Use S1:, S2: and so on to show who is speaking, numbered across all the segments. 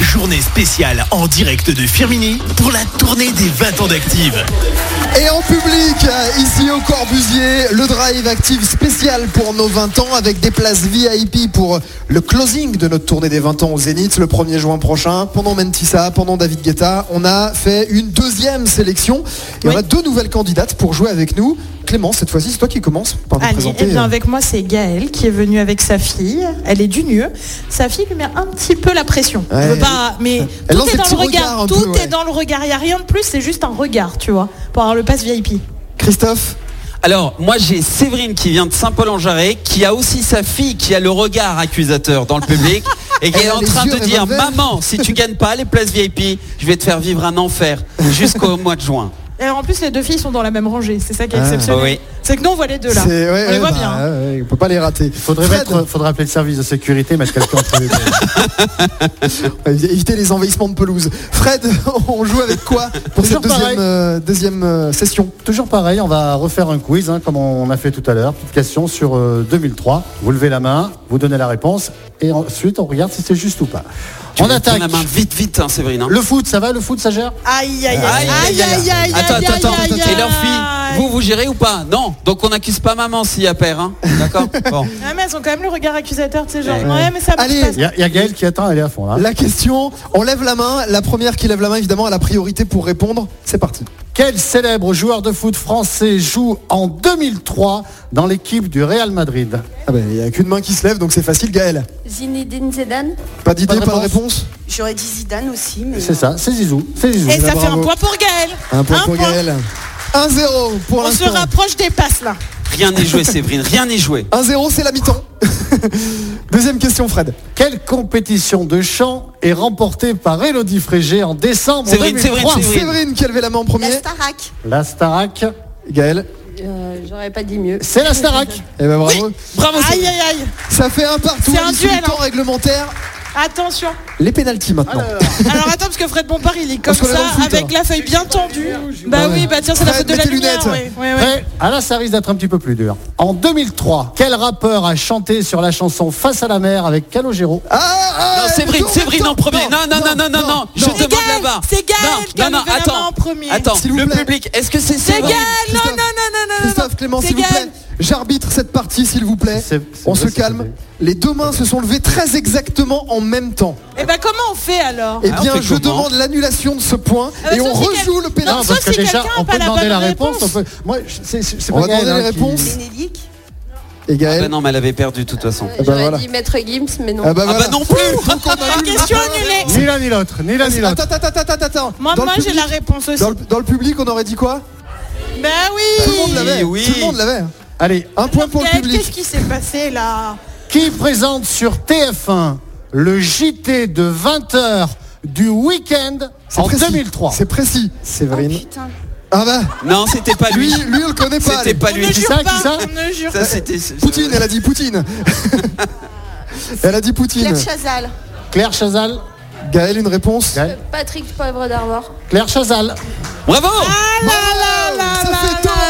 S1: journée spéciale en direct de Firmini pour la tournée des 20 ans d'Active.
S2: Et en public, ici au Corbusier, le Drive Active spécial pour nos 20 ans avec des places VIP pour le closing de notre tournée des 20 ans au Zénith le 1er juin prochain. Pendant Mentissa, pendant David Guetta, on a fait une deuxième sélection. Et on a deux nouvelles candidates pour jouer avec nous. Clémence, cette fois-ci, c'est toi qui commence par nous
S3: Allez,
S2: présenter. euh,
S3: eh bien avec moi c'est Gaëlle qui est venue avec sa fille. Elle est du NUE. Sa fille lui met un petit peu la pression. Je veux
S2: Ouais.
S3: pas, mais
S2: Elle
S3: tout
S2: lance
S3: est
S2: des
S3: dans le
S2: petits
S3: regard.
S2: regards un
S3: tout
S2: peu, ouais.
S3: est dans le regard. Il n'y a rien de plus, c'est juste un regard, tu vois, pour avoir le pass VIP.
S2: Christophe,
S4: Alors, moi j'ai Séverine qui vient de Saint-Paul-en-Jarret, qui a aussi sa fille qui a le regard accusateur dans le public et qui
S2: Elle
S4: est
S2: a
S4: en
S2: les
S4: train
S2: yeux
S4: de dire
S2: revolver.
S4: Maman, si tu gagnes pas les places VIP, je vais te faire vivre un enfer jusqu'au mois de juin.
S3: Et en plus les deux filles sont dans la même rangée. C'est ça qui est
S2: Ah.
S3: exceptionnel.
S4: Oui.
S3: C'est que nous on voit les deux là.
S2: c'est- ouais,
S3: on les
S2: ouais,
S3: voit
S2: bah,
S3: bien. hein.
S2: ouais, on peut pas les rater.
S5: Faudrait,
S2: Fred,
S5: mettre, euh, faudrait appeler le service de sécurité, mettre quelqu'un entre les deux.
S2: ouais, euh, éviter les envahissements de pelouse. Fred, on joue avec quoi pour cette
S5: Toujours pareil.
S2: deuxième, euh, deuxième euh, session
S5: Toujours pareil, on va refaire un quiz, hein, comme on a fait tout à l'heure. Petite question sur euh, 2003. Vous levez la main, vous donnez la réponse, et ensuite on regarde si c'est juste ou pas.
S4: Tu
S5: on
S4: vas prendre
S5: attaque.
S4: la main vite, vite, hein, Séverine. hein.
S5: Le foot, ça va Le foot, ça gère
S3: Aïe aïe aïe
S4: Aïe, aïe, aïe, aïe. Attends, attends, attends.
S3: aïe, aïe,
S4: Et leur fille,
S3: aïe.
S4: vous, vous gérez ou pas Non. Donc on n'accuse pas maman s'il y a père. hein. D'accord Bon.
S3: Ah, mais elles ont quand même le regard accusateur, tu sais genre
S4: Ouais.
S3: ouais mais ça
S2: Allez.
S3: passe pas.
S5: Il y, a- il y a Gaël qui attend, elle est à fond. là.
S2: La question, on lève la main. La première qui lève la main, évidemment, a la priorité pour répondre. C'est parti.
S5: Quel célèbre joueur de foot français joue en 2003 dans l'équipe du Real Madrid
S2: Ah ben, il n'y a qu'une main qui se lève, donc c'est facile, Gaël.
S6: Zinedine Zidane
S2: Pas d'idée,
S5: Pas
S2: pas,
S5: de
S2: de réponse
S7: J'aurais dit Zidane aussi, mais.
S5: C'est ça, c'est Zizou. C'est Zizou.
S3: Et Eh, ça fait
S2: bravo.
S3: un point pour Gaël.
S2: Un point pour Gaël. 1-0 pour
S3: On se
S2: l'instant.
S3: rapproche des passes là.
S4: Rien n'est joué, Séverine. Rien n'est joué.
S2: 1-0, c'est la mi-temps. Deuxième question, Fred.
S5: Quelle compétition de chant est remportée par Elodie Frégé en décembre
S4: Séverine,
S5: 2003
S4: Séverine, Séverine.
S2: Séverine qui a levé la main en
S7: La
S2: premier.
S7: Starac.
S5: La Starac.
S2: Gaël.
S6: Euh, J'aurais pas dit mieux.
S5: C'est la Starac.
S2: Eh ben bravo.
S4: Bravo,
S3: Aïe
S4: Séverine.
S3: aïe aïe.
S2: Ça fait un partout.
S3: C'est un
S2: L'issue
S3: duel,
S2: du temps
S3: hein.
S2: réglementaire.
S3: Attention.
S2: Les pénalties maintenant.
S3: Alors attends parce que Fred Bompard il est comme
S2: Parce qu'on est dans le
S3: ça
S2: foot,
S3: avec
S2: hein.
S3: la feuille bien tendue. Bah
S2: Ouais.
S3: oui bah tiens c'est la
S2: Fred,
S3: faute de la
S2: mets tes
S3: lumière.
S2: lunettes.
S3: ouais, ouais, ouais.
S5: Après, ah là, ça risque d'être un petit peu plus dur. En 2003, quel rappeur a chanté sur la chanson Face à la mer avec Calogero
S2: Ah, ah,
S4: Non,
S2: elle
S4: Séverine,
S2: tourne,
S4: Séverine
S2: elle
S4: en premier. Non,
S2: tourne.
S4: non, non, non, non, non. Je
S3: C'est
S4: demande
S3: Gaël,
S4: là-bas.
S3: c'est Gaël qui a
S4: Non, non, non,
S3: levé la main
S4: attends.
S3: en premier.
S4: Attends,
S2: S'il vous
S4: le
S2: plaît.
S4: public, est-ce que c'est
S3: C'est
S4: Séverine
S3: Gaël non non non
S2: Christophe.
S3: non non.
S2: Christophe Clément,
S3: C'est
S2: s'il vous plaît.
S3: Gaël.
S2: J'arbitre cette partie, s'il vous plaît.
S5: C'est- c'est
S2: on
S5: vrai,
S2: se
S5: c'est
S2: calme.
S5: vrai.
S2: Les deux mains se sont levées très exactement en même temps.
S3: Et bah comment on fait alors
S2: Eh
S4: Ah, on
S2: bien,
S4: fait
S2: je
S4: comment
S2: demande l'annulation de ce point
S3: Ah,
S2: et
S3: sauf
S2: on
S3: si
S2: rejoue
S3: quel-
S2: le pénalty.
S3: Non, sauf si quelqu'un a
S5: on
S3: pas
S5: peut
S3: la
S5: demander
S3: bonne
S5: la réponse.
S3: réponse.
S5: on peut- Moi, je- c'est c'est- c'est
S2: On
S5: pas
S2: va
S5: Gaël,
S2: demander
S5: hein,
S2: les
S5: qui-
S2: réponses.
S7: Bénédic.
S2: Et
S4: Ah
S2: Gaël
S4: bah non, mais elle avait perdu de toute façon.
S2: bah
S6: J'aurais
S2: voilà.
S6: dit Maître Gims, mais non.
S2: Ah bah
S4: Ah
S2: voilà.
S4: bah non plus
S2: Donc on annule le
S3: Question
S2: point.
S3: annulée.
S5: Ni l'un ni l'autre, ni l'un ni l'autre.
S2: Attends, attends, attends, attends, attends.
S3: Moi
S2: Dans le
S3: moi j'ai
S2: public-
S3: la réponse aussi.
S2: Dans le, dans le public, on aurait dit quoi
S3: Bah
S2: Tout le monde
S3: oui.
S2: l'avait.
S4: oui.
S2: Tout le monde l'avait.
S5: Allez,
S2: Un point pour le
S3: Gaël,
S2: public.
S3: Qu'est-ce qui s'est passé là
S5: qui présente sur TF1 le JT de 20h du week-end
S2: C'est
S5: en
S2: précis.
S5: 2003
S2: C'est précis. Séverine.
S7: Putain.
S2: Ah bah,
S4: Non, c'était pas
S2: lui,
S4: lui.
S2: lui, on le connaît pas.
S4: C'était
S2: lui.
S4: pas
S3: On
S4: lui.
S3: ne
S5: Qui
S3: jure
S5: ça, qui
S3: pas.
S5: ça
S3: On ne jure
S4: Ça, c'était.
S2: Poutine, elle a dit Poutine. elle a dit Poutine.
S7: Claire Chazal.
S5: Claire Chazal
S2: Gaël, une réponse.
S5: Gaël.
S6: Euh, Patrick Poivre d'Arvor.
S5: Claire Chazal
S4: Bravo
S2: Bravo,
S3: Ah
S2: ça fait tort.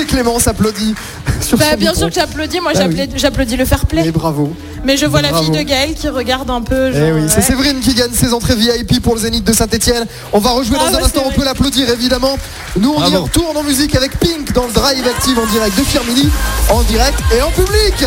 S2: Et Clémence applaudit. Sur
S3: Bah
S2: son
S3: bien
S2: micro.
S3: sûr que j'applaudis, moi
S2: Bah
S3: j'applaudis j'applaudis le fair
S2: Et
S3: play.
S2: bravo.
S3: Mais je vois la
S2: bravo.
S3: fille de Gaël qui regarde un peu.
S2: Eh
S3: genre, euh,
S2: oui,
S3: ouais.
S2: c'est Séverine qui gagne ses entrées VIP pour le Zénith de Saint-Etienne. On va rejouer dans
S3: Ah
S2: un
S3: ouais,
S2: instant, on
S3: Séverine.
S2: peut l'applaudir évidemment. Nous on y
S4: Bravo.
S2: retourne en musique avec Pink dans le Drive Active en direct de Firmini, en direct et en public.